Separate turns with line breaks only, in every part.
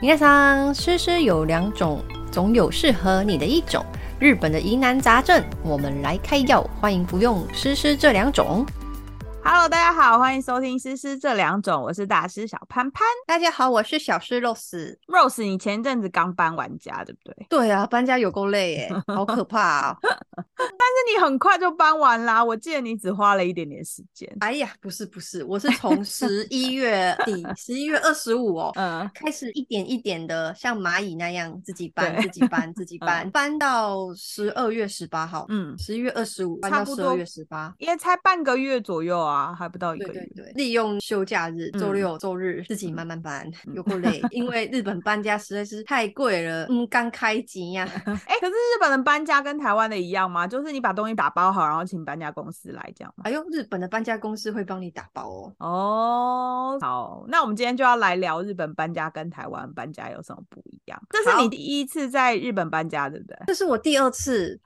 皆さん，诗诗有两种，总有适合你的一种。日本的疑难杂症，我们来开药，欢迎服用诗诗这两种。
Hello，大家好，欢迎收听《诗诗这两种》，我是大师小潘潘。
大家好，我是小诗 Rose。
Rose，你前阵子刚搬完家，对不对？
对啊，搬家有够累耶，好可怕啊！
但是你很快就搬完啦，我记得你只花了一点点时间。
哎呀，不是不是，我是从十一月 底，十一月二十五哦，
嗯，
开始一点一点的像蚂蚁那样自己搬、
对
自己搬、自己 搬，搬到十二月十八号，
嗯
十一月二十五搬
差
到
不
十
多
二月十八。
也才半个月左右啊，还不到一
对
个
对
月。
对，利用休假日、周六、周日自己慢慢搬，有够累，因为日本搬家实在是太贵了，嗯，刚开机呀、
哎、可是日本人搬家跟台湾的一样吗？就是你把东西打包好，然后请搬家公司来这样吗？
哎呦，日本的搬家公司会帮你打包哦。
哦，好，那我们今天就要来聊日本搬家跟台湾搬家有什么不一样。这是
好
你第一次在日本搬家，对不对？
这是我第二次，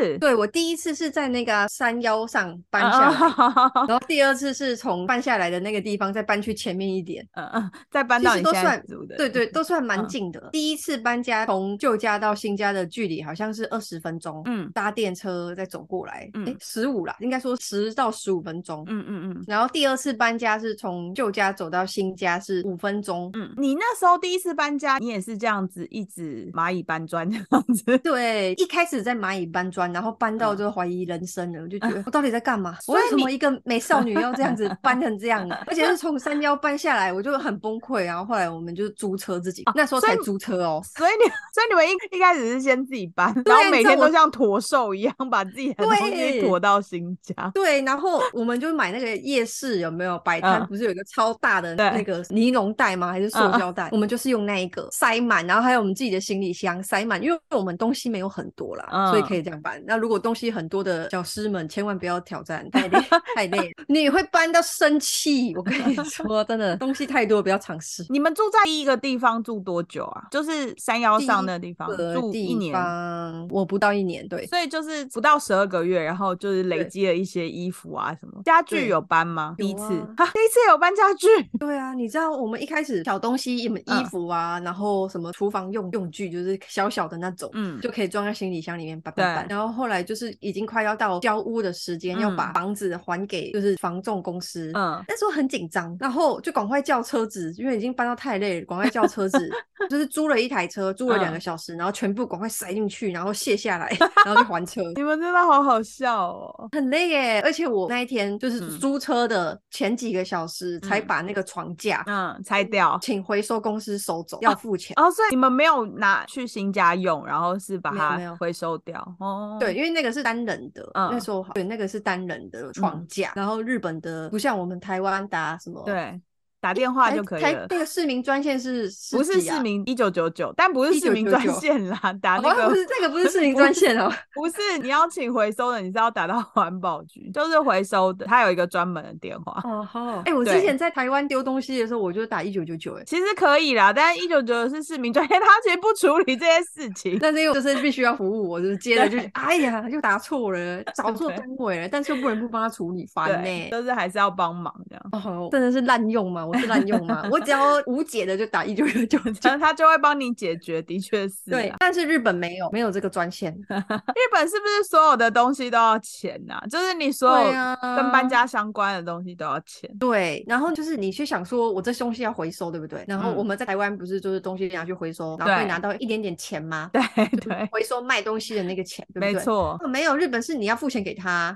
是，
对我第一次是在那个山腰上搬下来，
来，
然后第二次是从搬下来的那个地方再搬去前面一点。
嗯嗯，再搬
其
到
实
你
都
现在
算
住的，
对对，都算蛮
嗯
近的。第一次搬家，从旧家到新家的距离好像是二十分钟，
嗯
搭电车再走过来，哎
嗯，
十五啦，应该说十到十五分钟。
嗯嗯嗯。
然后第二次搬家是从旧家走到新家是五分钟。
嗯，你那时候第一次搬家，你也是这样子，一直蚂蚁搬砖这样子。
对，一开始在蚂蚁搬砖，然后搬到
嗯
就怀疑人生了，我就觉得我到底在干 嘛？我
所以
为什么
你
一个美少女要这样子 搬成这样啊？而且是从山腰搬下来，我就很崩溃。然后后来我们就租车自己，那时候
所以
才
你
租车哦。
所以你，所以你们一一开始是先自己搬，然
啊
后每
你知道
天都
我
像驮兽一样把自己的东
对
西驮到新家。
对，然后我们就买那个夜市有没有摆摊，
嗯
不是有一个超大的
对
那个尼龙袋吗？还是塑
嗯嗯
胶袋？我们就是用那一个塞满，然后还有我们自己的行李箱塞满，因为我们东西没有很多啦，所以可
嗯
以这样搬。那如果东西很多的小师们，千万不要挑战， 太累太累了，你会搬到生气。我跟 你说，真的东西太多，不要尝试。
你们住在第一个地方住多久啊？就是山腰
第
上
一
那地方
个
住一
地
年，
方我不到一年，对，
所以就是不到十二个月，然后就是累
对
积了一些衣服啊什么。家具
对
有搬吗？第
有
一次
啊
哈第一次有搬家具，
对啊，你知道我们一开始小东西，什么衣
嗯
服啊，然后什么厨房用用具，就是小小的那种，
嗯
就可以装在行李箱里面搬搬搬。
对
然后后来就是已经快要到交屋的时间，要把
嗯
房子还给就是房仲公司。
嗯，
那时候很紧张，然后就赶快叫车子，因为已经搬到太累了，赶快叫车子，就是租了一台车，租了两个
嗯
小时，然后全部赶快塞进去，然后卸下来，然后就还车。
你们真的好好笑哦。
很累耶，而且我那一天就是
嗯
租车的前几个小时才
嗯
把那个床架
嗯，拆掉。
请回收公司收走，要付钱。
哦，所以你们没有拿去新家用，然后是把
没有没有
它回收掉哦。
对，，因为那个是单人的，
嗯
那时候好对那个是单人的床架，然后日本的不像我们台湾打什么
对，打电话
台
就可以
台
了，
那个市民专线是十
不是
几啊
市，民一九九九，但不是市民专
1999
线啦，打
哦
那个
不是这个不是市民专线哦，
不是你要请回收的，你是要打到 环保局，就是回收的，它有一个专门的电话。
哦吼，哎、我之
对
前在台湾丢东西的时候，我就打一九九九，哎，
其实可以啦，但一九九九是市民专线，它其实不处理这些事情。
但是又就是必须要服务我，就是接了就是
对
哎呀，又打错了，找错
对
单位了，但是又不能不帮他处理，烦呢、
对，就是还是要帮忙这样，
哦，真的是滥用吗？我是滥用吗？我只要无解的就打一九九 九
然后他就会帮你解决，的确是
对
啦，。
但是日本没有没有这个专线，
日本是不是所有的东西都要钱呐、就是你所有
对啊
跟搬家相关的东西都要钱。
对。然后就是你去想说，我这东西要回收，对不对？然后
嗯
我们在台湾不是就是东西拿去回收，然后会
对
拿到一点点钱吗？
对
就是
对，
回收卖东西的那个钱，对不对？
没错。
哦。没有，日本是你要付钱给 他，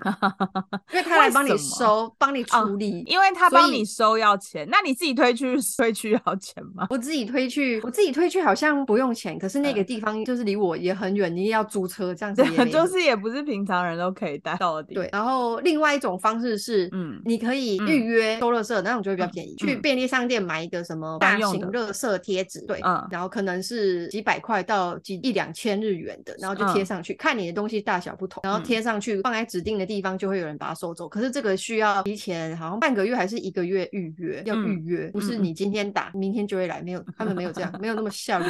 因为他来
为
帮你
什么
收，帮你
哦
处理。
因为他
所
帮
以
你收要钱，那你自己推去 推去要钱吗？
我自己推去，我自己推去好像不用钱，可是那
嗯
个地方就是离我也很远，你也要租车，这样子也
对，
没
就
有
是也不是平常人都可以带到的地方。
对，，然后另外一种方式是，
嗯
你可以
嗯
预约收垃圾，那种就会比较便宜。去
嗯
便利商店买一个什么
专
大
用
型垃圾贴纸，对，
嗯
然后可能是几百块到几一两千日元的，然后就贴
嗯
上去，看你的东西大小不同，然后
嗯
贴上去放在指定的地方，就会有人把它收走。可是这个需要提前好像半个月还是一个月预约，要
嗯
预约，不是
嗯
你今天打，明天就会来，没有，他们没有这样，没有那么效 率。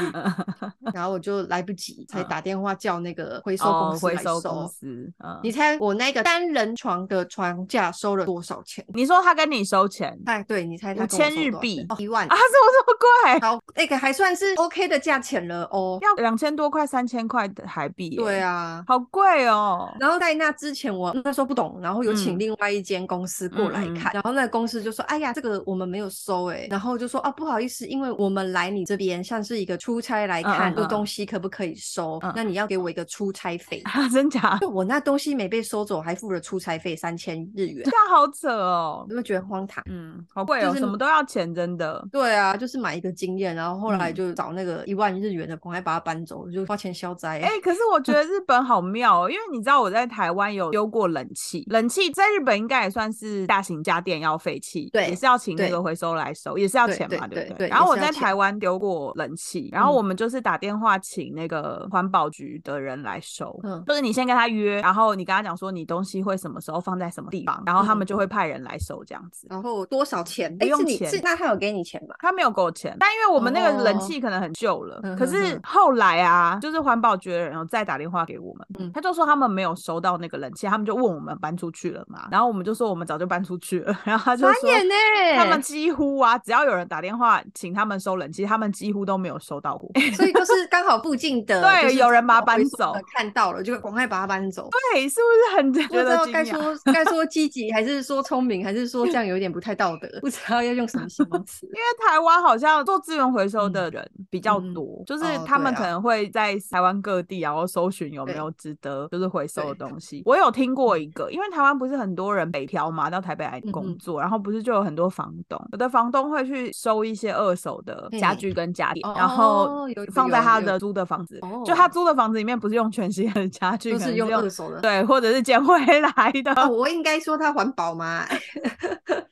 然后我就来不及，才打电话叫那个回收
嗯哦
公，司
回
来
收
收。
公司，嗯，
你猜我那个单人床的床价收了多少钱？
你说他跟你收钱
哎，对，你猜他
五
跟我
千
收
日
多少
币
钱哦，一万哦
啊，。怎么这么贵？
好，那个还算是 OK 的价钱了哦。
要两千多块、三千块的台币、
对，啊，
好贵哦。
然后在那之前，我那时候不懂，然后有
嗯
请另外一间公司过来
嗯嗯
看，然后那个公司就说：“哎呀，这个我们没有收哎、然后就说：“啊，不好意思，因为我们来你这边像是一个出差来
嗯
看，
嗯
这东西可不可以收？
嗯
那你要给我一个出差费。
啊， 真假？
就我那东西没被收走，还付了出差费三千日元
这，样好扯哦
有。没有觉得荒唐？
嗯，好贵哦，
就是
什么都要钱，真的。
对啊，就是买一个经验，然后后来
嗯
就找那个一万日元的，赶快把它搬走，就花钱消灾、
哎、可是我觉得 日本好妙哦，因为你知道我在台湾有丢过冷气，冷气在日本应该也算是大型家电要废弃，
对
也是要请那
对
个回收来收，也是要
对
钱
对
嘛，
对
不
对
然后
也
我
是要
在台
钱嗯
湾丢过冷气，然后我们就是打电话请那个环保局的人来收，
嗯
就是你先跟他约，然后你跟他讲说你东西会什么时候放在什么地方，然后他
嗯
们就会派人来收这样子。
然后多少钱？
不
哎，
用
是你
钱
是那他有给你钱吗？
他没有给我钱，但因为我们那个冷
哦
气可能很旧了，
嗯
可
哼
是
哼
后来啊，就是环保局的人有再打电话给我们，
嗯
他就说他们没有收到那个冷气，他们就问我们搬出去了嘛，然后我们就说我们早就搬出去了， 然后他就
傻
说。
眼呢、
他们几乎啊，只要有人打电话请他们收冷气，他们几乎都没有收到过。
所以就是刚好附近的，
对
就是
有人把它搬
回收的
走
呃看到了就赶快把它搬走。
对，是不是很
不
觉
知
得
道
惊
该
讶？
说该 说积极，还是说聪明，还是说这样有点不太道德，不知道要用什么形容词。
因为台湾好像做资源回收
嗯
的人比较
嗯
多，就是
哦
他
对
们可
啊
能会在台湾各地，然后搜寻有没
对
有值得就是回收的
对
东西。我有听过一个，因为台湾不是很多人北漂嘛，到台北来
嗯
工
嗯
作，然后不是就有很多房东，有的房东会去收一些二手的
嘿
家
嘿
具跟家电，
哦
然后
有有
放在
有
他
有
的租的房子，
哦
就他租的房子里面不是用全新的家具，
都
可
是
能
用二手的。
对，或者是捡回来的，
哦，我应该说它环保 吗？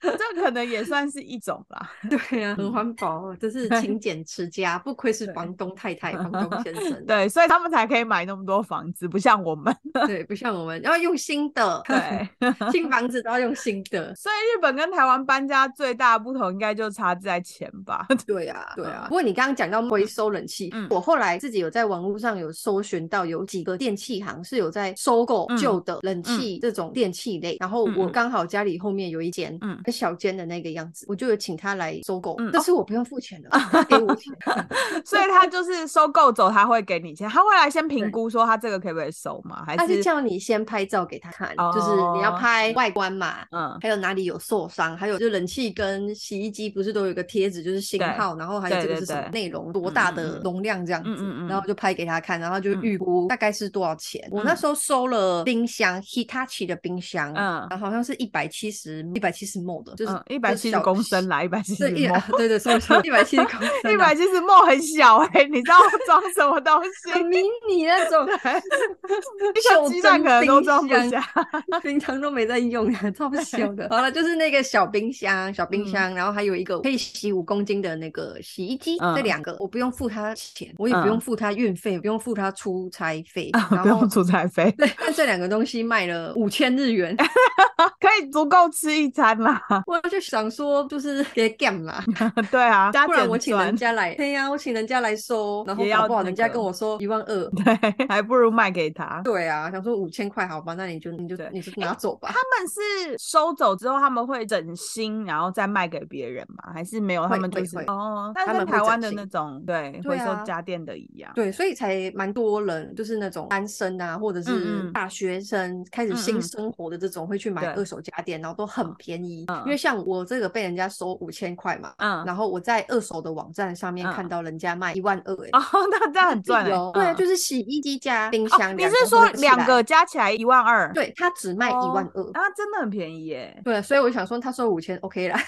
这可能也算是一种啦。
对啊，很
嗯
环保啊，真是
对
勤俭持家，不愧是
对
房东太太、房 东先生。
对，所以他们才可以买那么多房子，不像我们。
对，不像我们要用新的，
对，
新房子都要用新的。
所以日本跟台湾搬家最大的不同，应该就差在钱吧。
对啊，对啊
嗯。
不过你刚刚讲到回收冷气，
嗯
我后来自己有在网络上有搜寻到有几个电器行是有在收购
嗯
旧的冷气这种电器类，然后
嗯
我
嗯
刚好家里后面有一间。
嗯，
很小间的那个样子，我就有请他来收购，
嗯
但是我不用付钱 的，他给我钱。
所以他就是收购走，他会给你钱，他会来先评
对
估说他这个可不可以收嘛，还
他
是
是叫你先拍照给他看，就是你要
哦
拍外观嘛，
嗯
还有哪里有受伤，还有就冷气跟洗衣机不是都有一个贴纸，就是型
对
号，然后还有
对
这个
对
是什么
对
内容，多大
嗯嗯
的
嗯
容量这样子，
嗯嗯嗯
然后就拍给他看，然后就
嗯
预估大概是多少钱。我那
嗯
时候收了冰箱，Hitachi 的冰箱，
嗯
然后好像是一百七十一百七十 ml 的，就是
嗯，一百七十公升，啦，一百七
就
十
是小对一
墨，
对对，所以说一百七十公升，
一百。七十墨很小哎、 你知道装什么东西？
很迷你那种，
一个鸡蛋可能都装不
袖珍冰啊
下
箱。 平常都没在用的，
啊
超不小的。 好了，就是那个小冰箱，小
嗯
冰箱，然后还有一个可以洗五公斤的那个洗衣机，
嗯
这两个我不用付他钱，我也
嗯啊
不用付他运费，不用付他出差费，然
不
后
用。出差 费，
对，但这两个东西卖了五千日 元，
可以足够吃一餐啦。
我就想说，就是给 gam 啦，
对啊，加
不然
减
我请人
算
家来，对呀、我请人家来收，然后
也
搞
要
不好
那
人家
个
跟我说一万二，
对，还不如卖给他。
对啊，想说五千块，好吧，那你就你就
对哎
你就拿走吧
他。们是收走之后，他们会整新，然后再卖给别人吗？还是没有？他
会
们就
会
是
会
哦，但
他
是跟
们会
台湾的
整
那
新
种对
对
回收
啊
家电的一样。
对，所以才蛮多人，就是那种单身啊，或者是
嗯
大学生开始
嗯
新
嗯
生活的这种，会去买
对
二手家电，然后都很便宜。
嗯
因为像我这个被人家收五千块嘛，
嗯
然后我在二手的网站上面看
嗯
到人家卖一万二，哎，
哦，那这样很赚欸
有对啊，
嗯
就是洗衣机加冰
哦
箱
你
两个
是
合
说
起
两
来
个？加起来一万二？
对，他只卖一万二。。
啊，真的很便宜耶
对，所以我想说，他收五千，OK 啦。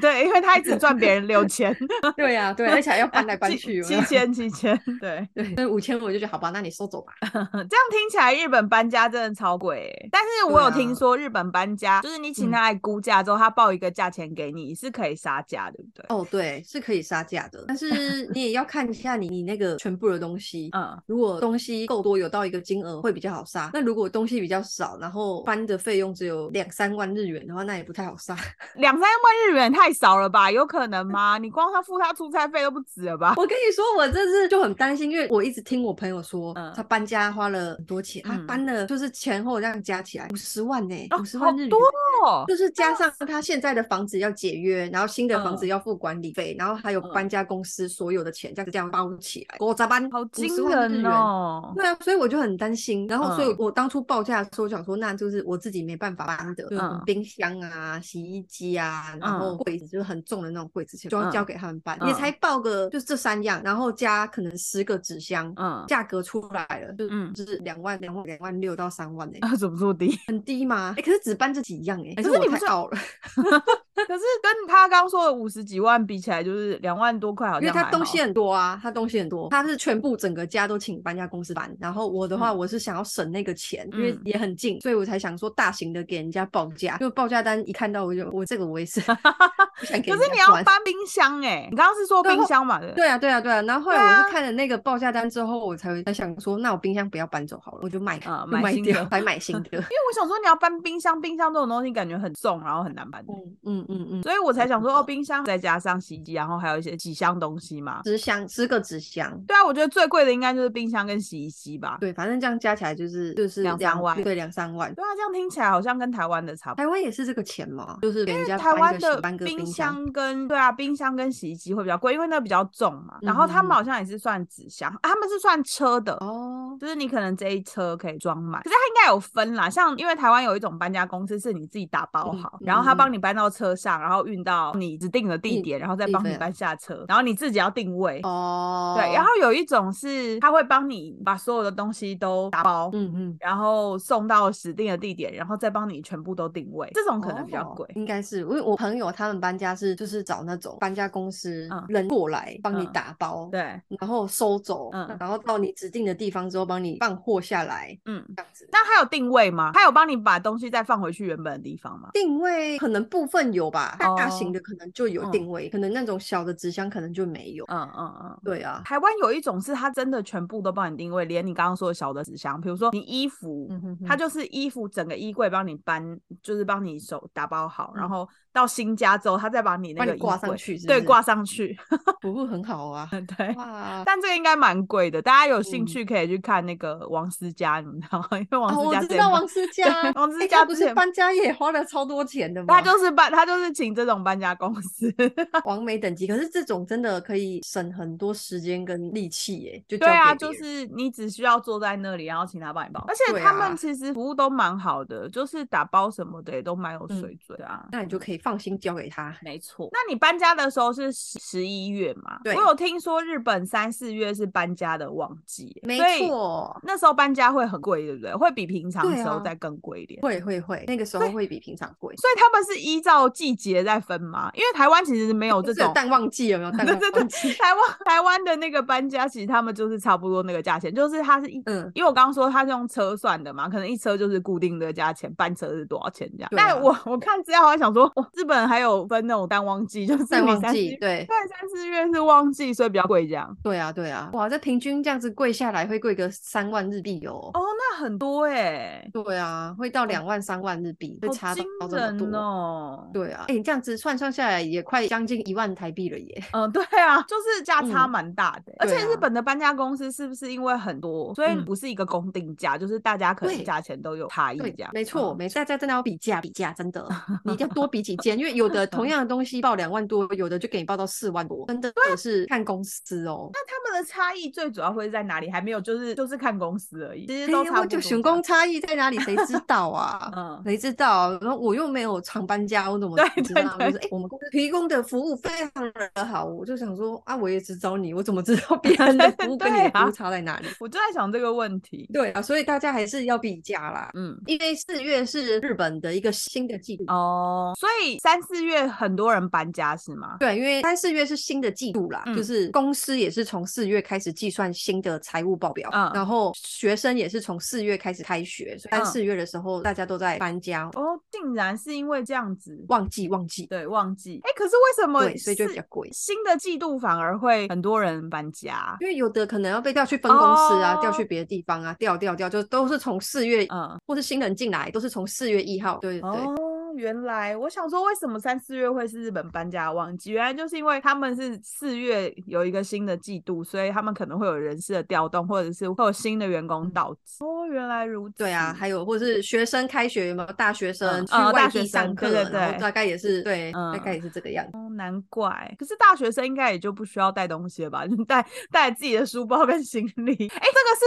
对，因为他一直赚别人六 千，
对呀、对，而且还要搬来 搬
七
去，有没
七
有？
千七千，对。 嗯
对，所以五千我就觉得好吧，那你收走吧。
这样听起来日本搬家真的超贵欸、但是我
对
有
啊
听说日本搬家，就是你请
嗯
他来估价之后，他报一个价钱给你，是可以杀价，对不对？
哦，对，是可以杀价的，但是你也要看一下你你那个全部的东西。
嗯，
如果东西够多，有到一个金额会比较好杀。那如果东西比较少，然后搬的费用只有两三万日元的话，那也不太好杀。
两三万日元，他太少了吧？有可能吗？你光他付他出差费都不止了吧？
我跟你说，我这次就很担心，因为我一直听我朋友说，
嗯
他搬家花了很多钱，他
嗯
搬了就是前后这样加起来五十万呢、
哦
五十、
好
万日元。
多哦，
就是加上他现在的房子要解约，然后新的房子要付管理费，然后还有
嗯
搬家公司所有的钱，这样这样包起来，我咋办？
好
50
惊
万日
人
元
哦。
对啊，所以我就很担心，然后所以
嗯
我当初报价的时候想说，那就是我自己没办法搬的，就
嗯
冰箱啊、洗衣机啊，然后
嗯
柜子就是很重的那种柜子，就要
嗯
交给他们搬，
嗯
也才报个就是这三样，然后加可能十个纸箱，
嗯
价格出来了，就
嗯
就是两万、两万、两万六到三万诶、欸
啊，怎么这么低？
很低吗？哎、可是只搬这几样诶、欸，还
可是
我
你不
太
是
傲了，
可是跟他刚说的五十几万比起来，就是两万多块，好像
因为他
还
东
好
西很多啊，他东西很多，他是全部整个家都请搬家公司搬。然后我的话，
嗯
我是想要省那个钱，因为
嗯
也很近，所以我才想说大型的给人家报价。就报价单一看到我就我这个我也是 不想给
可
人
是你
家
要
算。
搬冰箱哎、你刚刚是说
对
冰
后
箱嘛？对不对，
对啊，对啊，对啊。然后后来
对啊
我是看了那个报价单之后，我才才想说，那我冰箱不要搬走好了，我就卖
啊
就
买
卖
新
掉，
的
还买新 的。
因为我想说你要搬冰箱，冰箱这种东西感觉很重，然后很难搬，
嗯嗯嗯嗯，
所以我才想说
没
哦，
错
冰箱再加上洗衣机，然后还有一些几箱东西嘛。
纸箱十个纸箱。
对啊，我觉得最贵的应该就是冰箱跟洗衣机吧。
对，反正这样加起来就是就是
两三万
对，两三万。
对啊，这样听起来好像跟台湾的差不多。
台湾也是这个钱嘛，就是给人家
台
搬个
湾
洗
的
搬个
冰
箱。
箱跟对啊，冰箱跟洗衣机会比较贵，因为那比较重嘛。然后他
嗯
们
哼
好像也是算纸箱，啊他们是算车的，
哦，
就是你可能这一车可以装满，可是它应该有分啦。像因为台湾有一种搬家公司是你自己打包
嗯
好，
嗯
然后他帮
嗯
你搬到车上，然后运到你指定的地
地
点，然后再
地
帮你
方
搬下车，然后你自己要定位。
哦，
对，然后有一种是他会帮你把所有的东西都打包。
嗯嗯，
然后送到指定的地点，然后再帮你全部都定位，这嗯种可能比较
哦
贵。
应该是因为我朋友他们搬家是就是找那种搬家公司
嗯
人过来帮你
嗯
打包，
对，
然后收走，
嗯
然后到你指定的地方之后帮你放货下来，
嗯，
这样子。
那他有定位吗？他有帮你把东西再放回去原本的地方吗？
定位可能部分有吧，大型
哦
的可能就有
嗯
定位，可能那种小的纸箱可能就没有。
嗯嗯嗯。
对啊，
台湾有一种是它真的全部都帮你定位，连你刚刚说的小的纸箱，比如说你衣服，
嗯哼
它
就
就是衣服整个衣柜帮你搬，就是帮你手打包好，然
嗯
后到新家之后，它再把你那
帮
个
你挂
衣
上
柜
去是不
对，
是
挂上去。
服务很好啊。
对，
哇，
但这个应该蛮贵的，大家有兴
嗯
趣可以去看那个王思佳，你知道吗？因为王
哦，
思
我
佳之
知
前
道
搬
王思佳，
王思
哎
佳
他不
之
是
前
搬家也花了超多钱的吗？
他就是搬，他就是请这种搬家公司。
完美等级，可是这种真的可以省很多时间跟力气耶，就交
对啊，
给
就
别人
是你只需要坐在那里，然后请他帮你包，而且
对
他们
啊
其实服务都蛮好的，就是打包什么的也都蛮有
嗯
水准啊。
那你就可以放心交给他。
没错，那你搬家的时候是十十一月嘛？
对
我有听说日本三四月是搬家的旺季，
没
所以
错，
那时候搬家会很贵，对不对？会比平常
对
时候
啊
再更贵一点。
会会会，那个时候会比平常贵。
所以他们是依照季节在分吗？因为台湾其实没哦有这
就是有
种
淡旺季 有没有？淡
对对
旺季，
台湾台湾的那个搬家，其实他们就是差不多那个价钱，就是它是一，
嗯
因为我刚刚说它是用车算的嘛，可能一车就是固定的价钱，半车是多少钱这样。
对啊
但我我看资料，我还想说，哦哇日本还有分那种淡旺季，就是
淡
你
旺
三四
季，
月
对
对，三四月是旺季，所以比较贵这样。
对啊对啊，哇，这平均这样子贵下来会贵个三万日币哦。
哦，那很多哎、
对啊，会到两万三万日币，会
好
差
惊
到这么
人
多。
哦。
对啊，哎，你这样子算算下来也快将近一万台币了耶。
嗯，对啊，就是价差
嗯
蛮大的欸、而
对
且日
啊
本的搬家公司是不是因为很多，所以
嗯
不是一个公定价，就是大家可能
对
价钱都有差异
对
这样。，
没
嗯
错，没大家真的要比价比价，真的， 你一定要多比几间，因为有的同样的东西报两万多，有的就给你报到四万多，真的
啊
是看公司哦。
那他们的差异最主要会在哪里？还没有，就是就是看公司而已，其实
哎
都
呀
差
我
不多
就
这样。
雄工差异在哪里？谁知道啊？
嗯，
谁知道？然后我又没有常搬家，我怎么
对
知
对
道？就是哎、我们公司提供的服务非常的好，我就想说啊，我也只找你，我怎么知道别人的服务跟你的
对啊
服务差在哪里？
我就在想这个问题。
对啊，所以大家还是要比价啦，
嗯，
因为四月是日本的一个新的季度。
哦，所以三四月很多人搬家是吗？
对，因为三四月是新的季度啦，
嗯
就是公司也是从四月开始计算新的财务报表，
嗯
然后学生也是从四月开始开学，所以
嗯
三四月的时候大家都在搬家，
哦，竟然是因为这样子，
旺季旺季，
对，忘记。哎、可是为什么
对，所以就会比
是
较贵。
新的季度反而会很多人搬家？
因为有的可能要被调去分公司啊，调
哦
去别的地方啊，调调调，就都是从四月、
嗯，
或是新人进来，都是从四月一号，对对对，
哦。原来我想说，为什么三四月会是日本搬家旺季？原来就是因为他们是四月有一个新的季度，所以他们可能会有人事的调动，或者是会有新的员工到职。哦，原来如此。
嗯
欸
对啊，还有或是学生开学有没有大学生
嗯
去
呃
外
大学
地上
生
课，
对对对
然后大概也是对，
嗯
大概也是这个样子。
哦，难怪。可是大学生应该也就不需要带东西了吧？ 就带带自己的书包跟行李。哎、这个是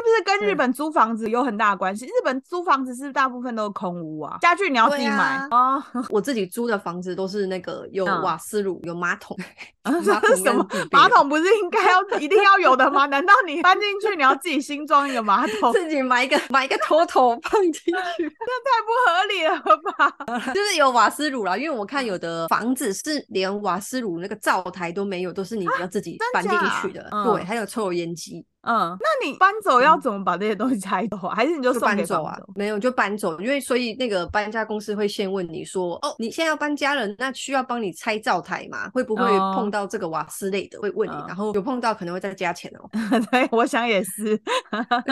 不是跟日
对
本租房子有很大的关系？日本租房子是不是大部分都是空屋啊？家具你要自己
对
买
啊
哦。
我自己租的房子都是那个有
嗯
瓦斯炉、有马 桶，
啊
马
这
桶
是什
跟
么
地被
马桶不是应该要 一定要有的吗？难道你搬进去你要自己新装一个马桶？
自己买一个买一个头头放进去，
太不合理了吧？
就是有瓦斯炉啦。因为我看有的房子是连瓦斯炉那个灶台都没有，都是你要自己搬进去的。
啊假
对，
嗯
还有抽油烟机
嗯，那你搬走要怎么把这些东西拆走啊？还是你就
就嗯
送
搬
给
走
房
啊
东？，
没有就搬走，因为所以那个搬家公司会先问你说，哦，你现在要搬家了，那需要帮你拆灶台吗？会不会
哦
碰到这个瓦斯类的？会问你，
嗯
然后有碰到可能会再加钱哦， 嗯
对，我想也是。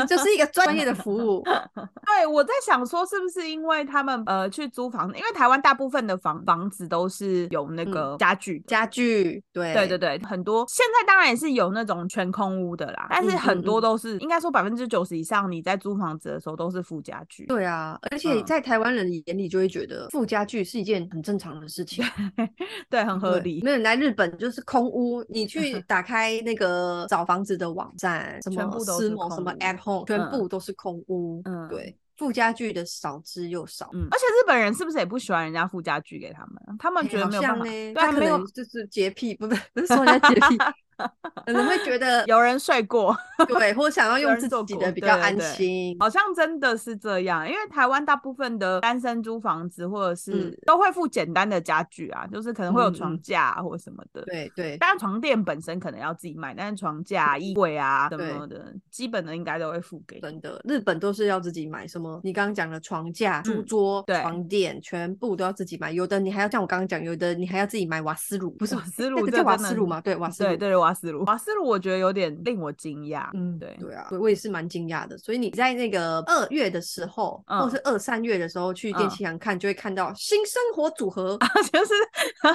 就是一个专业的服务。
对，我在想说，是不是因为他们呃去租房子，因为台湾大部分的房房子都是有那
嗯
个家具的。
家具，对
对对对，很多现在当然也是有那种全空屋的啦，但
嗯
是
嗯
很多
嗯
都是、应该说百分之九十以上，你在租房子的时候都是附家具。
对啊，而且
嗯
在台湾人眼里就会觉得附家具是一件很正常的事情，
对，很
对
合理。
没有你来日本就是空屋，你 去打开那个找房子的网站，什
全
么
部都
思
是
某什
空
么
屋
at home，全
嗯
部都是空屋。
嗯
对，附家具的少之又少。
嗯，而且日本人是不是也不喜欢人家附家具给他们啊？他们
哎
觉得
好
没有办
像
法，
呢，
对
他
啊，
可
没有
能就是洁癖，不是不是说人家洁癖，可能会觉得
有人睡过，
对，或想要
有
用
人
自
做
己
过
的比
对
较
对
安
对
心。
好像真的是这样。因为台湾大部分的单身租房子或者是
嗯
都会附简单的家具啊，就是可能会有
嗯
床
嗯
架啊或什么的。
对对，
当然床垫本身可能要自己买，但是床架啊、衣柜啊什么的，基本的应该都会付给你。
真的，日本都是要自己买，什么你刚刚讲的床架、书
嗯
桌、
对
床垫，全部都要自己买。有的你还要像我刚刚讲，有的你还要自己买瓦斯炉，不是
瓦斯
那
炉
个
这
哎叫瓦
真的
斯炉
是
吗？对，瓦斯
对
炉。
对，瓦斯炉，瓦斯炉，我觉得有点令我惊讶。
嗯，
对
对啊，我我也是蛮惊讶的。所以你在那个二月的时候，
嗯
或者是二三月的时候去电
嗯啊
器行看，就会看到新生活组合，
就是他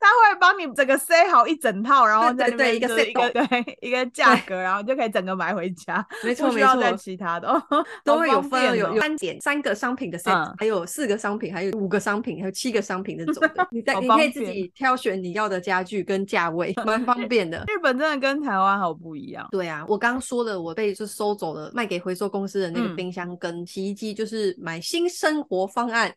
会帮你整个塞好一整套，然后在
对对
那边
一个
就是
set
一个 对一个价格，然后你就可以整个买回家，
没
不
错
需
没
要再
错，
其他的，哦、
都
好
会有
方
分
便
哦，有
哦
有三点三个商品的 set，、
嗯
还有四个商品，还有五个商品，还有七个商品那种 的。你在
好
你可以
方
自
便
己挑选你要的家具跟价 位，蛮方便的。
日本真的跟台湾好不一样。
对啊，我刚说了，我被就收走了，卖给回收公司的那个
嗯
冰箱跟洗衣机，就是买新生活方 案。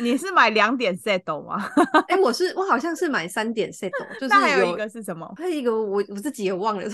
你是买两点 set 懂吗？
哎、我是我好像是买三点 set，哦 就是
那还有
有
一个是什么？
还有一个我我自己也忘了，我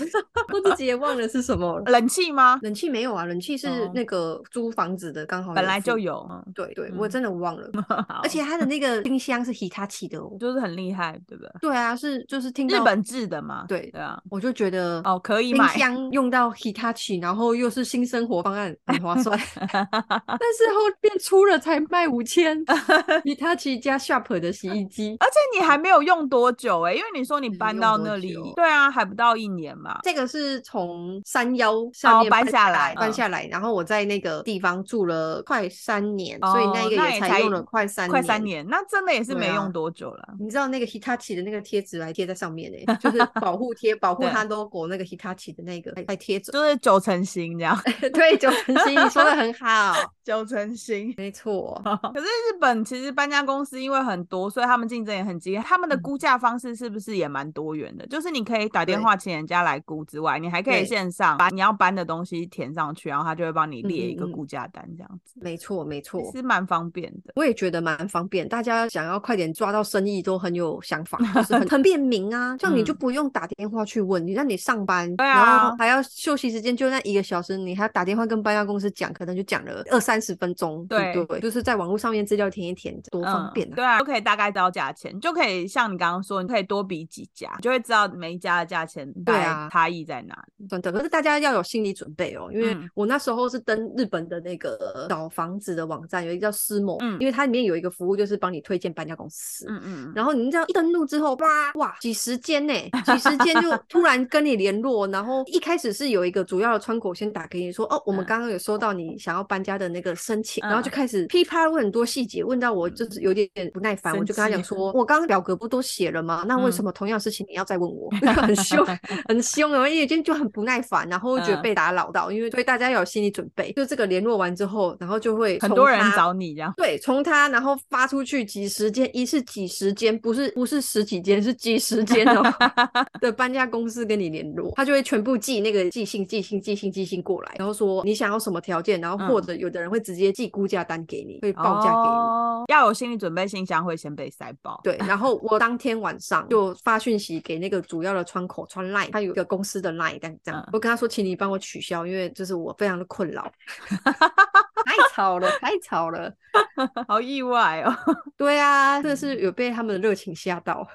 自己也忘了是什么了。
冷气吗？
冷气没有啊，冷气是
哦
那个租房子的，刚好
本来就
附。
有，嗯
对对，我
嗯
真的忘了，
好
而且它的那个冰箱是 Hitachi 的哦。
就是很厉害，对不对？
对啊，是就是听
日
到
本制的嘛，
对
对啊，
我就觉得
哦，可以
冰
买。
箱用到 Hitachi，然后又是新生活方案，很划 算。但是后面出了才卖五 千，Hitachi 加 Sharp 的洗衣机。
而且你还没有用多久哎、因为你说你
没
搬
嗯用
到
多
那里
久，
对啊，还不到一年嘛。
这个是从山腰上
哦
面
搬下来
来，搬
嗯
下来，然后我在那个地方住了快三年，
哦
所以那一个
那也
也才
才
用了快三
快三。年，那真的也是
对
没
啊
用多久了。
你知道那个 Hitachi 的那个贴纸还贴在上面呢、 就是保护贴，保护
对
它 logo 那个 Hitachi 的那个还还贴着。
就是九成新这样，
对，九成新，你说的很好，
九成新。
没错。
可是日本其实搬家公司因为很多，所以他们竞争也很激烈。他们的
嗯
估价方式是不是也蛮多元的？就是你可以打电
对
话请人家来估之外，你还可以
对
线上把你要搬的东西填上去，然后他就会帮你
嗯
列
嗯
一个
嗯
估价单，这样子
没错，没错，
其实蛮方便的。
我也觉得蛮方便。大家想要快点抓到生意，都很有想法，就是 很很便民啊。这样你就
嗯
不用打电话去问，你让你上班，
对
然
啊
后还要休息时间就那一个小时，你还要打电话跟搬家公司讲，可能就讲了二三十分钟，
对
不对，就是在网络上面资料填一填，多方便
嗯，
啊！
对啊，就可以大概知道价钱，就可以像你刚刚说，你可以多比几家，你就会知道每一家的价钱
对
大概
啊
差异在哪里。
真的，可是大家要有心理准备哦，因为
嗯
我那时候是登日本的那个找房子的网站，有一个叫思某，
嗯
因为它里面有一个服务就是帮你推荐搬家公司，
嗯嗯，
然后你这样一登录之后，哇哇，几十间呢，几十间就突然跟你联络，然后一开始是有一个主要的窗口先打给你说，哦，我们
嗯
刚刚有收到你想要搬家的那个申请，然后
嗯
就开始噼啪问很多细节，问到我就是有点不耐烦，我就跟他讲说，我刚刚表格不都写了吗？那为
嗯
什么同样事情你要再问我？ 很凶，很凶，啊因为已经就很不耐烦，然后会觉
嗯
得被打扰到，因为所以大家要有心理准备。就这个联络完之后，然后就会
很多人找你这样。
对，从他然后发出去几十间，一是几十间，不是不是十几间，是几十间 哦。的搬家公司跟你联络，他就会全部寄那个寄信、寄信、寄信、寄信过来，然后说你想要什么条件，然后或者有的人会直接寄估价单给你，会报价给你。
哦，要有心理准备，信箱会先被塞爆。
对，然后我当天晚上就发讯息给那个主要的窗口，穿 Line，他有一个公司的 Line，但这样，我跟他说，请你帮我取消，因为就是我非常的困扰。 太吵了，太吵了，
好意外哦。
对啊，真的是有被他们的热情吓到。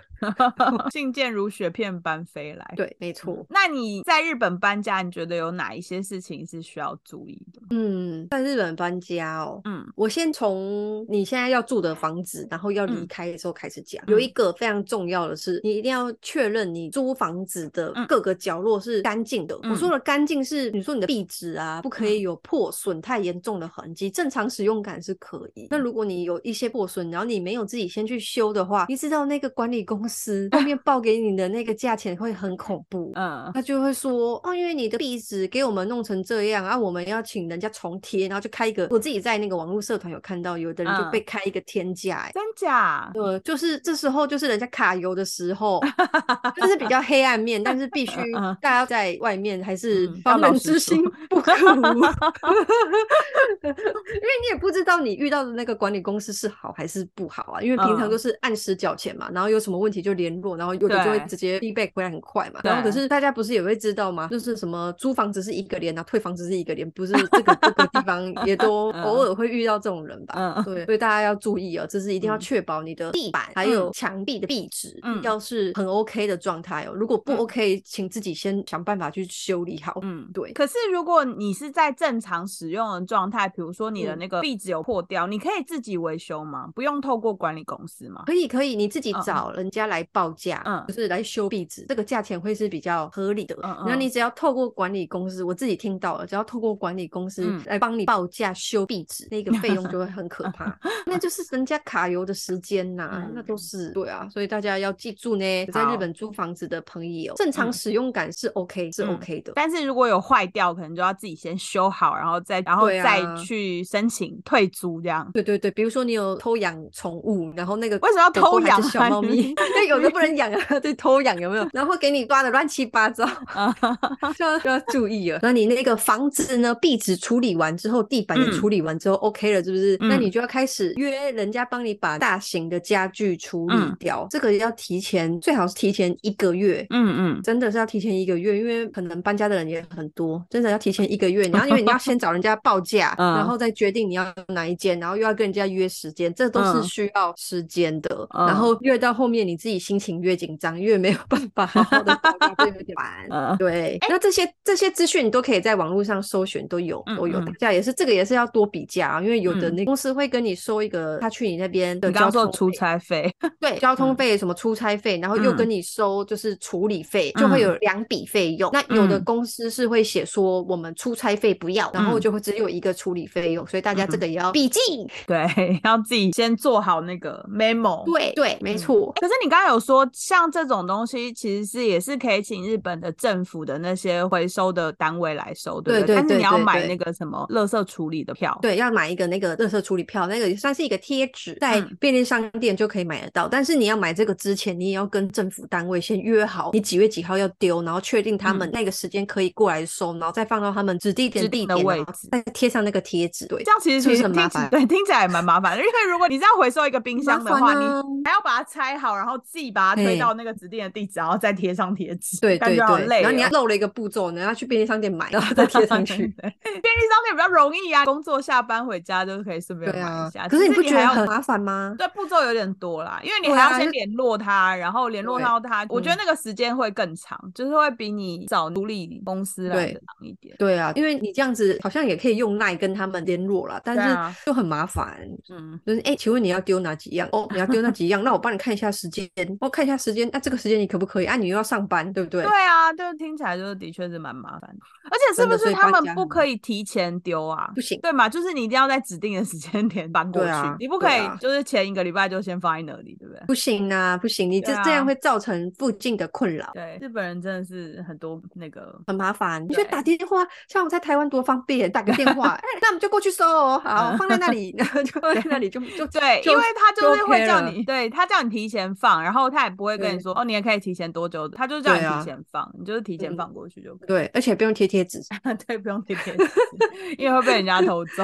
信件如雪片般飞来，嗯
对，没错。
那你在日本搬家，你觉得有哪一些事情是需要注意的？
嗯，在日本搬家哦，嗯，我先从你现在要住的房子，然后要离开的时候开始讲。嗯、有一个非常重要的是，你一定要确认你租房子的各个角落是干净嗯的。嗯、我说的干净是，你说你的壁纸啊，不可以有破损太严重的痕迹，正常使用感是可以。那如果你有一些破损，然后你没有自己先去修的话，你知道那个管理公司。司后面报给你的那个价钱会很恐怖，嗯，
呃
他就会说哦，因为你的壁纸给我们弄成这样啊，我们要请人家重贴，然后就开一个。我自己在那个网络社团有看到，有的人就被开一个天价、欸，
真假？
呃，就是这时候就是人家卡油的时候，这是比较黑暗面，但是必须大家在外面还是防人之心不可无， 因为你也不知道你遇到的那个管理公司是好还是不好啊，因为平常都是按时缴钱嘛，然后有什么问题。就联络，然后有的就会直接 feedback 回来很快嘛。然后可是大家不是也会知道吗？就是什么租房子是一个连啊，退房子是一个连，不是这个各个地方也都偶尔会遇到这种人
嗯
吧？啊对，所以大家要注意哦，就是一定要确保你的地板嗯还有墙壁的壁纸要是很 OK 的状态哦。如果不 OK，请自己先想办法去修理好。嗯，对。
可是如果你是在正常使用的状态，比如说你
嗯
的那个壁纸有破掉，你可以自己维修吗？不用透过管理公司吗？
可以，可以，你自己找人家来。来报价，嗯，就是来修壁纸，这个价钱会是比较合理的。嗯嗯、然后你只要透过管理公司，我自己听到了，只要透过管理公司来帮你报价修壁纸，嗯、那个费用就会很可怕，那就是人家卡油的时间呐、啊，那都是对啊，所以大家要记住呢，在日本租房子的朋友，正常使用感是 OK 是 OK 的，
但是如果有坏掉，可能就要自己先修好，然后再然后再
啊
去申请退租这样。
对对对，比如说你有偷养宠物，然后那个
为什么要偷养啊
小猫 咪？有的不 能养啊，对，偷养有没有？然后给你抓的乱七八糟，就要就要注意了。那你那个房子呢，壁纸处理完之后，地板也处理完之后、嗯、，OK 了，是不是？嗯、那你就要开始约人家帮你把大型的家具处理掉。嗯、这个要提前，最好是提前一个月。嗯嗯，真的是要提前一个月，因为可能搬家的人也很多，真的要提前一个月。然后因为你要先找人家报 价，然后再决定你要哪一间，然后又要跟人家约时间，这都是需要时间的。然后越到后面你自己。心情越紧张，越没有办法好好的报价，就有点
呃
烦。对，那这些这些资讯你都可以在网络上搜寻，都有都有。大家也是这个也是要多比价啊，因为有的那公司会跟你收一个他去你那边的交通
出差费，
对，交
嗯
通费什么出差费，然后又跟你收就是处理费，就会
嗯
有两笔费用。那有的公司是会写说我们出差费不要，
嗯
然后就会只有一个处理费用，所以大家这个也要笔记，
对， 要自己先做好那个 memo。
对对，
嗯
没错。
可是你刚。他有说，像这种东西其实是也是可以请日本的政府的那些回收的单位来收，对不
对对对
对？但是你要买那个什么垃圾处理的票，
对，要买一个那个垃圾处理票，那个算是一个贴纸，在
嗯
便利商店就可以买得到。嗯、但是你要买这个之前，你也要跟政府单位先约好，你几月几号要丢，然后确定他们那个时间可以过来收，嗯、然后再放到他们指定
嗯指
定
的位置，
再贴上那个贴纸。对，
这样其实
其实很麻烦，
对，听起来也蛮麻烦的。因为如果你是要回收一个冰箱的话，啊、你还要把它拆好，然后。自己把它推到那个指定的地址，然后再贴上贴纸，
对对对，
好累。哦
然后你要漏了一个步骤，你要去便利商店买，然后 再贴上去。 便利
商店比较容易啊，工作下班回家就可以顺便买一下。
啊可是
你
不觉得很啊麻烦吗？
对，步骤有点多啦，因为你还要先联络他，然后联络到他，我
嗯
觉得那个时间会更长，就是会比你找独立公司来的长一点。
对啊，因为你这样子好像也可以用赖跟他们联络啦，但是就很麻烦。
嗯，
就是哎、请问你要丢哪几样？哦，你要丢那几样，那我帮你看一下时间，我、看一下时间，那、这个时间你可不可以？啊，你又要上班，对不对？
对啊，就是听起来就是的确是蛮麻烦的，而且是
真
不
的所
是
以
他
搬
们
家
不
很
可以提前丢啊？
不行，
对嘛，就是你一定要在指定的时间点搬过去，
对啊
你不
对
可以
啊
就是前一个礼拜就先放在那里，对不对？
不行啊，不行，你这、
对啊
这样会造成附近的困扰。
对，日本人真的是很多那个，
很麻烦，你觉得
对
打电话，像我们在台湾多方便，打个电话， 哎那我们就过去收哦，好，放在那里， 然后就放在那里就就
对，
就
因为他就
就是
会
OK
叫
了
你，对他叫你提前放，然后他也不会跟你
对
说哦，你也可以提前多久，他就是叫
对
你
啊
提前放，你就是提前
嗯
放过去就可以。
对，而且不用贴贴纸，
对，不用贴贴纸，因为会被人家偷走，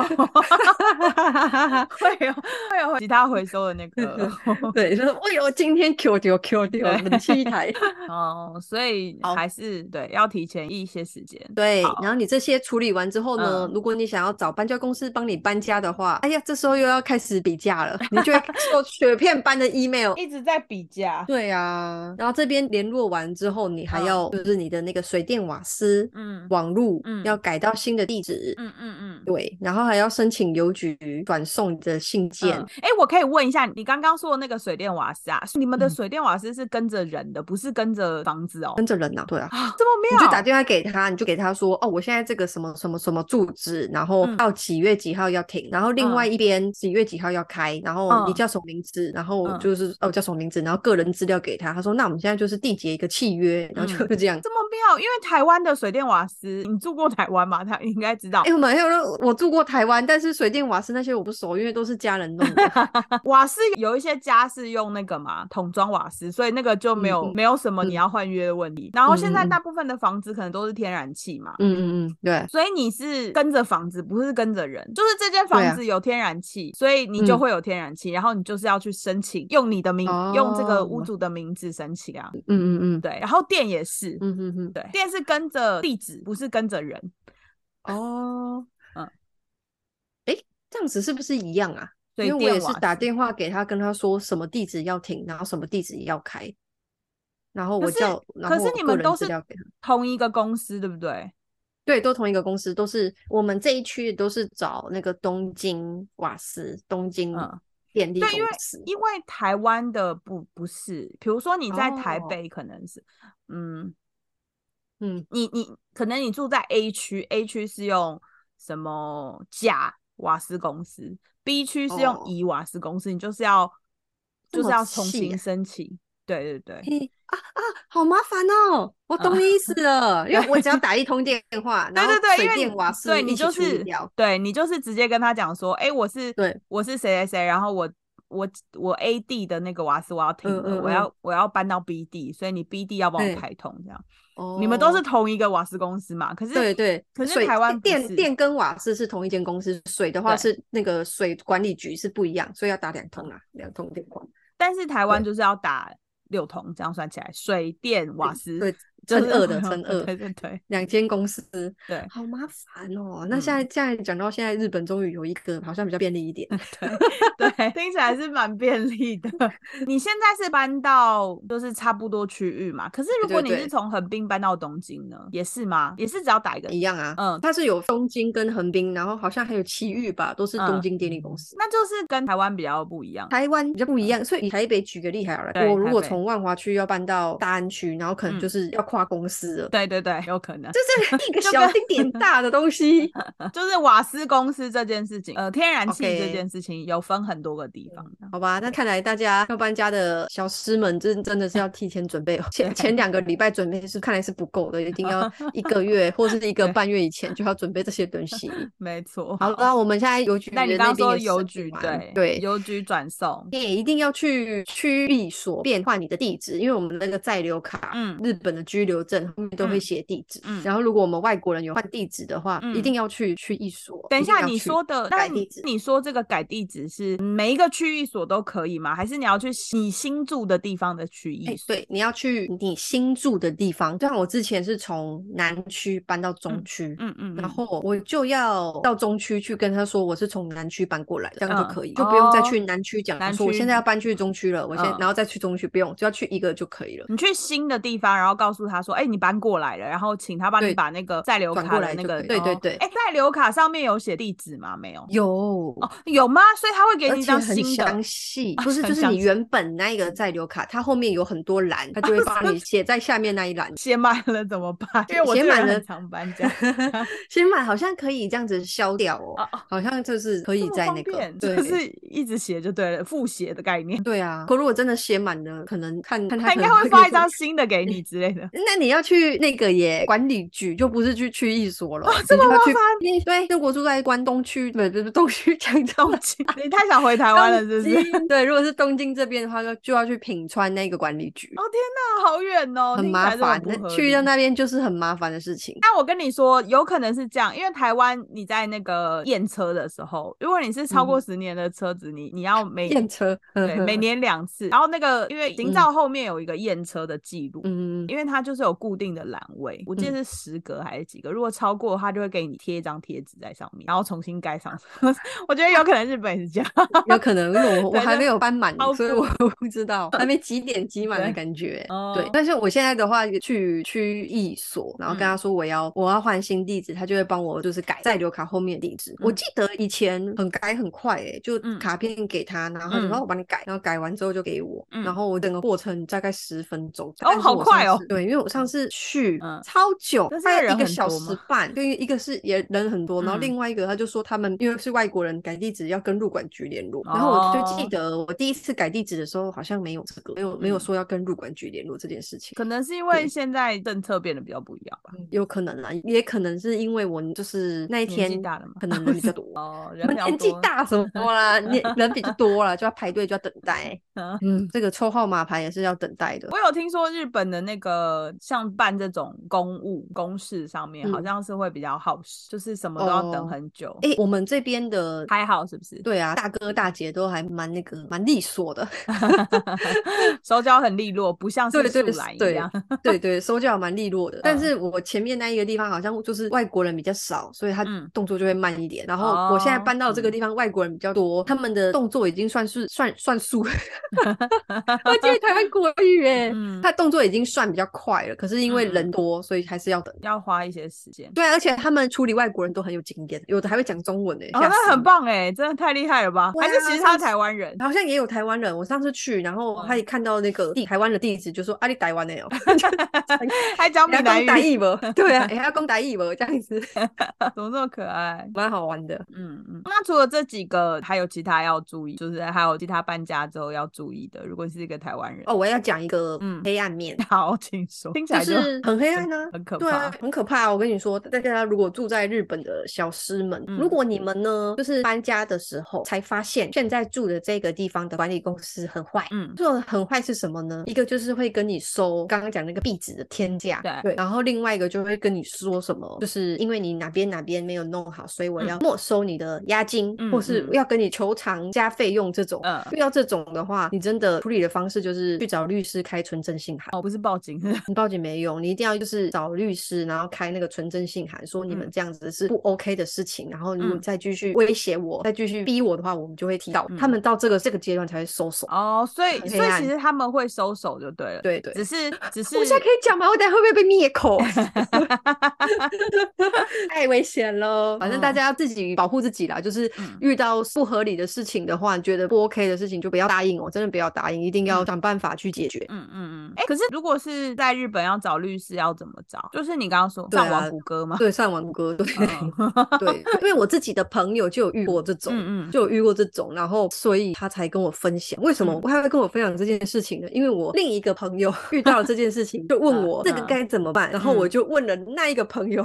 会有会有其他回收的那 个
对，就是哎呦，今天 Q 丢 Q 丢，
对
冷气台，
哦，所以
好
还是对要提前一些时间。
对，然后你这些处理完之后呢，
嗯
如果你想要找搬家公司帮你搬家的话，哎呀，这时候又要开始比价了，你就会收雪片般的 email。
一直在比价，
对啊，然后这边联络完之后，你还
嗯
要就是你的那个水电瓦斯、
嗯
网路
嗯
要改到新的地址，
嗯嗯嗯。
对，然后还要申请邮局转送你的信件。
嗯哎、我可以问一下，你刚刚说的那个水电瓦斯啊，你们的
嗯
水电瓦斯是跟着人的，不是跟着房子哦？
跟着人呐、对啊，
啊，这么
你
妙！
就打电话给他，你就给他说，哦，我现在这个什么什么什么住址，然后
嗯
到几月几号要停，然后另外一边几月几号要开，然后你
嗯
叫什么名字，然后我
嗯
就是、哦我叫什么名字，然后个人资料给他，他说那我们现在就是缔结一个契约，然后就、
嗯
就这样。
这么妙，因为台湾的水电瓦斯，你住过台湾吗？他应该知道
哎、，我们还有人我住过台湾，但是水电瓦斯那些我不熟，因为都是家人弄的。
瓦斯有一些家是用那个嘛桶装瓦斯，所以那个就没有、
嗯嗯
没有什么你
嗯
要换约的问题。然后现
嗯
在
嗯嗯
大部分的房子可能都是天然气嘛。
嗯嗯嗯，对，
所以你是跟着房子，不是跟着人，就是这间
对
房
啊
子有天然气，所以你就
嗯
会有天然气，然后你就是要去申请，用你的名，用这个屋
哦
主的名字申请啊，
嗯嗯嗯，
对，然后电也是，
嗯嗯嗯，
对，电是跟着地址，不是跟着人，
哦，
嗯
嗯，哎，这样子是不是一样啊？
所
因
以
为我
电
也是
瓦
打
斯
电话给他，跟他说什么地址要停，然后什么地址要开，然后
可
我
是
叫，然
可
后
是
我
你
个
们
人
都
资
是
料给他。
同一个公司，对不对？
对，都同一个公司，都是我们这一区都是找那个东京瓦斯、东京
嗯
电力
对因
公司。
因为台湾的不不是，比如说你在台
哦
北可能是，嗯，
嗯，
你你可能你住在 A 区，A 区是用什么甲瓦斯公司，B 区是用
哦
乙瓦斯公司，你就是要
这
就是
么
要重
细
新
啊
申请。对对对，
嘿啊啊，好麻烦哦！我
嗯
懂你意思了，因为我只要打一通电话，然
对
后
对对，因
水
为
电
你
瓦斯
对
一
你
起
就
处理
是
掉。
对你就是直接跟他讲说，哎、我是
对
我是谁谁谁，然后我我我 A D 的那个瓦斯我要停了，
嗯嗯
我
嗯
要我要搬到 B D，所以你 B D 要帮我
对
开通这样。
哦，
你们都是同一个瓦斯公司嘛？可是
对对，
可是
水
台湾不
电
是
电跟瓦斯是同一间公司，水的话
对
是那个水管理局是不一样，所以要打两通啊，两通电话。
但是台湾
对
就是要打六通，这样算起来，水电瓦斯
对，
就
乘
是
二的
会有
乘二
对对对
两间公司，
对嗯
好麻烦哦。那现在现在讲到现在，日本终于有一个好像比较便利 一点。
对 对，听起来是蛮便利的。你现在是搬到就是差不多区域嘛？可是如
对
果你是
对
从横滨搬到东京呢，也是吗？也是只要打一个，
一样啊，
嗯
它是有东京跟横滨，然后好像还有埼玉吧，都是
嗯
东京电力公司。
那就是跟台湾比较不一样。
台湾比较不一样，所以以台北举个例好了，
对
我如
台
果
北
从万华区要搬到大安区，然后可能
嗯
就是要跨公司了，
对对对，有可 能
就是一个
就
小
跟
丁 点大的东西。
就是瓦斯公司这件事情，呃，天然气这
OK 嗯
件事情有分很多个地方。
好吧，那看来大家要搬家的小师们，真真的是要提前准备哦。前前两个礼拜准备是看来是不够的，一定要一 个月或是一个
对
半月以前就要准备这些东 西。
没错。
好了，我们现在邮局
那你
的
刚
那
刚
边
说
也是
邮局
完
对
对，
邮局转送，
你也一定要去区域所变换你的地址，因为我们那个在留卡，
嗯
日本的居留证后面都会
嗯
写地址。
嗯
然后如果我们外国人有换地址的话，一
嗯
定要去去一所。
等一
定
下，
要
你
去
说的那
改地
你
址
你说这个改地址是每一个区域所都可以吗？还是你要去你新住的地方的区
哎、
域所？
对，你要去你新住的地方。就像我之前是从南区搬到中区，
嗯嗯，
然
嗯
后我就要到中区去跟他说我是从南区搬过来的，这样就
嗯
可以，就不用再
哦
去南区讲
南
说我现在
区
要搬去中区了，我现在、
嗯哦
然后再去中区，不用，只要去一个就可以了。
你去新的地方，然后告诉他说，哎、你搬过来了，然后请他帮你
对
把那个在留
转
卡
过
的
来
那
就
个，
可以对对
哦
对
哎、在留卡上面有写地址吗？没有。
有
哦，有吗？所以他会给
而
你一
且
张
很
新的
详，细，
啊
不是
很
就是
详
你
细
原本那一个在留卡，它后面有很多栏，它就会帮你写在下面那一 栏。
写满了怎么办？因为我
写
这个人
满
很
了
常搬家，
先买好像可以这样子消掉哦
哦哦，
好像就是可
这
以
么
在
方
那个
便
对
就是一直写就对了，复写的概念。
对啊。可如果真的写满了，可能看看
他
它
应
可
该
能
会
给
发一
你
张。新的给你之类 的。
那你要去那个耶管理局，就不是去区役所了，你
哦这么
就要
麻
去
烦。
你对，如果住在关东区，不不不东区讲东京，
你太想回 台湾了，是不是？
东京 对，如果是东京这边的话，就就要去品川那个管理局。
哦天哪， 好远哦，
很
听起
麻
来真的
烦
不，
那
合
去
理
到那边就是很麻烦的事情。
但我跟你说，有可能是这样，因为台湾你在那个验车的时候，如果你是超过
嗯
十年的车子，你你要 每
验车，
对 每年两次，然后那个因为营造后面有一个验车的记录。
嗯，
因为它就是有固定的栏位，我记得是十格还是几格，如果超过的话，就会给你贴一张贴纸在上面，然后重新盖上。 我觉得有可能日本也是这样，
有可能，因为我我
对
还
就
没有搬满
超，
所以
过
我不知道还没几点挤满的
对
感觉。
哦
对，但是我现在的话去区役所，然后跟
嗯
他说我要我要换新地址，他就会帮我就是改在留卡后面的地址。我
嗯
记得以前很改很快诶、就
嗯
卡片给他，然后他就说
嗯
哦我帮你改，然后改完之后就给我，
嗯
然后我整个过程大概十分钟。
哦好快哦！
对，因为我上次去
嗯
超久
但，是
大概
人
一个
很
小
多
时
吗
半，因为一个是也人很多，然后
嗯
另外一个他就说他们因为是外国人改地址要跟入管局联络，然后我就记
哦
得我第一次改地址的时候好像没有这个，没有没有
嗯
说要跟入管局联络这件事情。
可能是因为
对
现在政策变得比较不一样吧，
有可能啊，也可能是因为我就是那一
年纪
天
大了嘛
可能人比较多，
哦，人
我
比
们
较
年纪
多
大什么啦， 年人比较多啦，就要排队就要等待。
嗯
嗯，这个抽号码牌也是要等待的。
我有听说日本的那个像办这种公务公事上面，好
嗯
像是会比较耗时，就是什么都要等
哦
很久。
诶，我们这边的
还好是不是？
对啊，大哥大姐都还蛮那个蛮利索的。
手脚很利落，不像是
对
素
对
兰一
对
样。
对对，手脚蛮利落的，
嗯
但是我前面那一个地方好像就是外国人比较少，所以他
嗯
动作就会慢一点。然后我现在
哦
搬到这个
嗯
地方，外国人比较多，他们的动作已经算是算算速， 我觉得台 湾国语哎，
嗯，
他动作已经算比较快了，可是因为
嗯嗯
人多，所以还是要等。
要花一些时间。
对啊，而且他们处理外国人都很有经验，有的还会讲中文哎，
哦，
吓
那
死
很
我。
棒哎，真的太厉害了吧？
对
还是
啊
其实
上
他
次
台湾人，
好像也有台湾人，我上次去，然后他
嗯
一看到那个地台湾的地址，就说：“啊，你台湾 的哦。就”
还讲
也
闽
要
南
讲
语，
台语不？ 对 啊，也要讲台语不？这样子
怎么这么可爱？
蛮好玩的。
嗯嗯，那除了这几个，还有其他要注意，就是还有其他搬家之后要注意的。如果是一个台湾人，
哦，我要讲一个
嗯
黑暗 面，
好，请说，听起来
就
就是
很黑暗呢、
很可
对
怕
啊。，很可怕、我跟你说，大家如果住在日本的小师们，
嗯
如果你们呢，就是搬家的时候才发现，现在住的这个地方的管理公司很坏。
嗯，
这种很坏是什么呢？一个就是会跟你收刚刚讲那个壁纸的天价，
对
然后另外一个就会跟你说什么，就是因为你哪边哪边没有弄好，所以我
嗯
要没收你的押金，
嗯
或是
嗯
要跟你求偿加费用这种。
嗯
遇到这种的话，你真的处理的方式就是去找律师开纯正信函。
哦，不是报警，
你报警没用，你一定要就是找律师，然后开那个纯真信函，说你们
嗯
这样子是不 OK 的事情。然后如果
嗯
再继续威胁我，再继续逼我的话，我们就会提到、
嗯
他们到这个这个阶段才会收手。
哦，所以
很
所
黑
以
暗
其实他们会收手就对了，，
对对，
只是只是
我啊现在可以讲吗？我等下会不会被灭口？ 太危险喽！反正大
嗯
家要自己保护自己啦，就是
嗯
遇到不合理的事情的话，你觉得不 OK 的事情就不要答应哦，真的不要答应，一定要
嗯
想办法去解决。
嗯嗯嗯，哎、可是如果是在日本要找律师要怎么找？就是你刚刚说
对
上
啊
网谷歌吗？
对，上完歌，对。
嗯
对，因为我自己的朋友就有遇过这种，
嗯嗯
就有遇过这种，然后所以他才跟我分享。为什么
嗯
他会跟我分享这件事情呢？因为我另一个朋友 遇到了这件事情，就问我
嗯
这个
嗯
该怎么办，然后我
嗯
就问了那一个朋 友，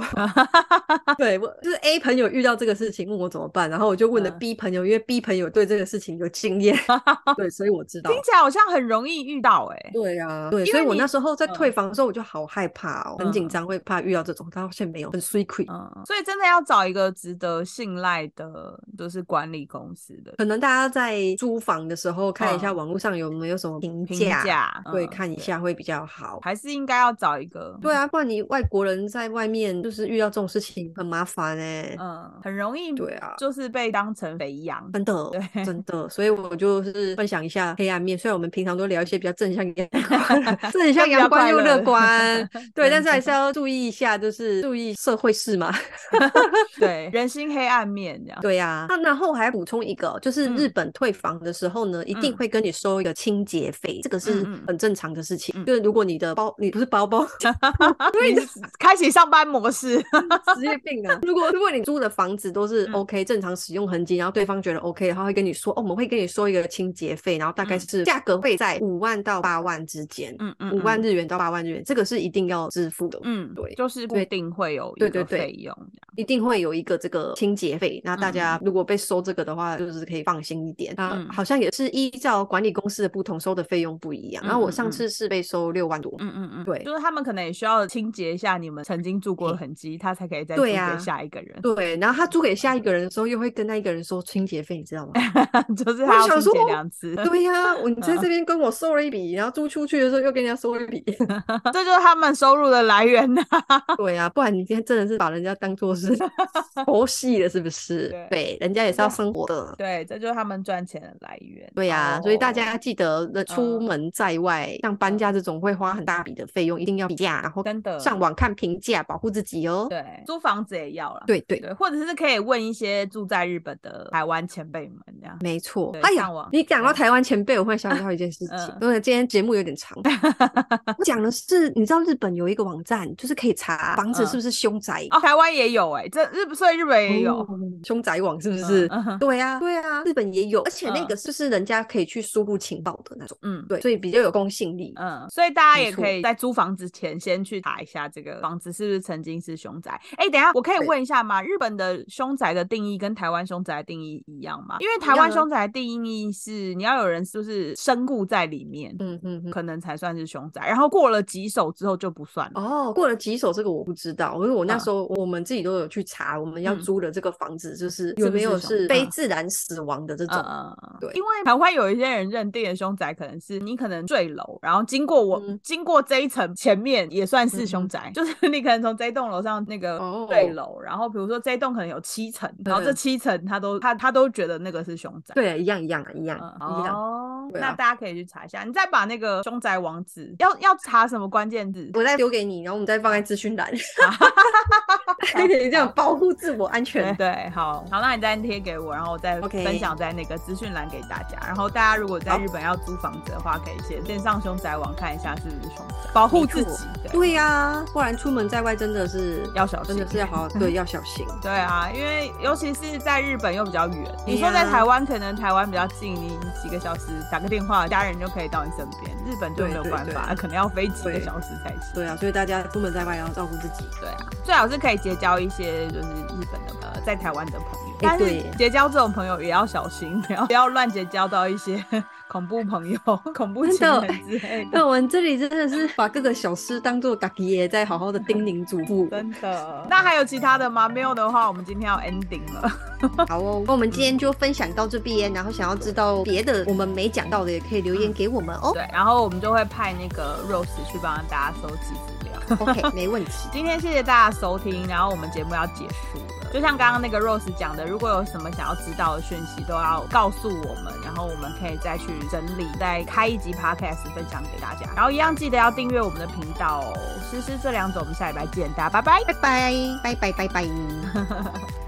对我就是 A 朋友遇到这个事情问我怎么办，然后我就问了
嗯
B 朋友，因为 B 朋友对这个事情有经 验，对，所以我知道。
听起来好像很容易遇到哎、
对啊，对，
因
所以
为
我
你
那时候在
嗯
退房的时候，我就好害怕哦，很紧
嗯
张，会怕遇到这种，但现在没有，很 s u e
嗯，嗯所以真的要找一个值得信赖的，就是管理公司的
可能大家在租房的时候看一下
嗯
网络上有没有什么评
评
价，
价，
对，
嗯
看一，下会比较好。
还是应该要找一个，
对啊，不然你外国人在外面就是遇到这种事情很麻烦哎、
嗯，很容易
对啊，
就是被当成肥 羊，
真的
对，
真的，所以我 就是分享一下黑暗面。虽然我们平常都聊一些比较正向阳光，正向阳光又
比较快乐
乐 观，对，但是还是要注意一下，就是注意社会事嘛。
嗯对，人心黑暗面这样。
对呀、啊，那然后还补充一个，哦就是
嗯
日本退房的时候呢，一定会跟你收一个清洁费，
嗯
这个是很正常的事情。就是如果你的包，你不是包包，
因为开启上班模式，
职业病啊。如果如果你租的房子都
嗯
是 OK 正常使用痕迹，然后对方觉得 OK，然后会跟你说，哦，我们会跟你收一个清洁费，然后大概是价格会在五万到八万之间，
嗯嗯，
五万日元到八万日元，这个是一定要支付的。
嗯，
对，
就是固定会有
对
一
对
个
对
费用，
一定会有一个这个清洁费。那大家如果被收这个的话，就是可以放心一点。那
嗯
好像也是依照管理公司的不同，收的费用不一样。然后我上次是被收六万多，
嗯嗯嗯，
对
就是他们可能也需要清洁一下你们曾经住过的痕迹，他才可以再租
对
给
啊
下一个人，
对。然后他租给下一个人的时候，又会跟那一个人收清洁费，你知道吗？
就是
我
他要
想
清洁
说
两次，
对呀、我你
嗯
在这边跟我收了一笔，然后租出去的时候又跟人家收了一 笔。
这就是他们收入的来源呐、
对呀、不然你今天真的是把人家当做 是佛系了，是不是？
对
对，人家也是要生活的。
对，这就是他们赚钱的来源。
对呀、所以大家
哦
记得，那出
嗯
门在外，像搬家这种会花很大笔的费用，一定要比价，然后
真的
上网看评价，保护自己哦。
对租房子也要了，
对对，
对，或者是可以问一些住在日本的台湾前辈们这样。
没错
对。
哎呀
上网，
你讲到台湾前辈，我忽然想到一件事情
嗯，
因为今天节目有点 长，我讲的是，你知道日本有一个网站，就是可以查房子
嗯
是不是凶宅。
哦，台湾也有哎、这日所以日本也有，
哦凶宅网是不是？
嗯嗯
对呀、啊，对呀、啊，日本也有，而且那
嗯
个就是人家可以去输入情报的那种，
嗯
对，所以比较有公信力。
嗯，所以大家
没
也
错
可以在租房子前先去查一下这个房子是不是曾经是凶宅。哎、等一下我可以
对
问一下吗？日本的凶宅的定义跟台湾凶宅的定义一样吗？因为
一
台
样
湾
啊
凶宅的定义是你要有人就是身故在里面，
嗯嗯嗯。
可能才算是凶宅，然后过了几手之后就不算了。
哦，过了几手这个我不知道，因为我那
嗯
时候我们自己都有去查，我们要
嗯
租的这个房子就是
是
有
不
没
是
有
凶
是非
嗯
自然死亡的这种。
嗯嗯嗯，
对
因为台湾有一些人认定的凶宅可能是你可能坠楼，然后经过我、
嗯
经过这一层前面也算
嗯
是
哼
凶宅，就是你可能从这一栋楼上那个
哦
坠楼，然后比如说这一栋可能有七层，然后这
嗯
七层他都他他都觉得那个是凶宅。
对，一样一样一样
嗯，
一样。
哦，
对
那
啊
大家可以去查一下，你再把那个凶宅网址要要查什么关键字？
我再丢给你，然后我们再放
嗯
在资讯栏，
好
可以这样保护自我安全。
对，好好，那你再贴给我，然后我再
OK
分享在那个资讯栏给大家。然后大家如果在
好
日本要租房子的话，可以先线上凶宅网看一下是不是凶宅，保护自
没
己
错。
对，
对呀、不然出门在外真的是
要小
真
心
的。是要好好对要小心。
对啊，因为尤其是在日本又比较远，你说
对
在
啊
台湾可能台湾比较近，你几个小时打个电话，家人就可以到你身边。日本就
对
没有
对
办
对
法，可能要飞几个
对
小时才行。
对啊，所以大家出门在外要照顾自己。
对啊，最好是可以结交一些就是日本的呃在台湾的朋友，
哎
但是
对
结交这种朋友也要小心， 不要不要乱结交到一些恐怖朋友、恐怖情
真的
人之类的。
那我们这里真的是 把各个小事当做嘎吉耶，在好好的叮咛嘱咐。
真的，那还有其他的吗？没有的话，我们今天要 ending 了。
好哦，那我们今天就分享到这边，然后想要知道别的我们没讲到的，也可以留言给我们哦。
对，然后我们就会派那个 Rose 去帮大家收集资料。
OK，没问题。
今天谢谢大家收听，然后我们节目要结束了。就像刚刚那个 Rose 讲的，如果有什么想要知道的讯息，都要告诉我们，然后我们可以再去整理，再开一集 Podcast 分享给大家。然后一样记得要订阅我们的频道哦。诗诗这两种，我们下礼拜见，大家拜拜。
拜拜，拜拜，拜拜。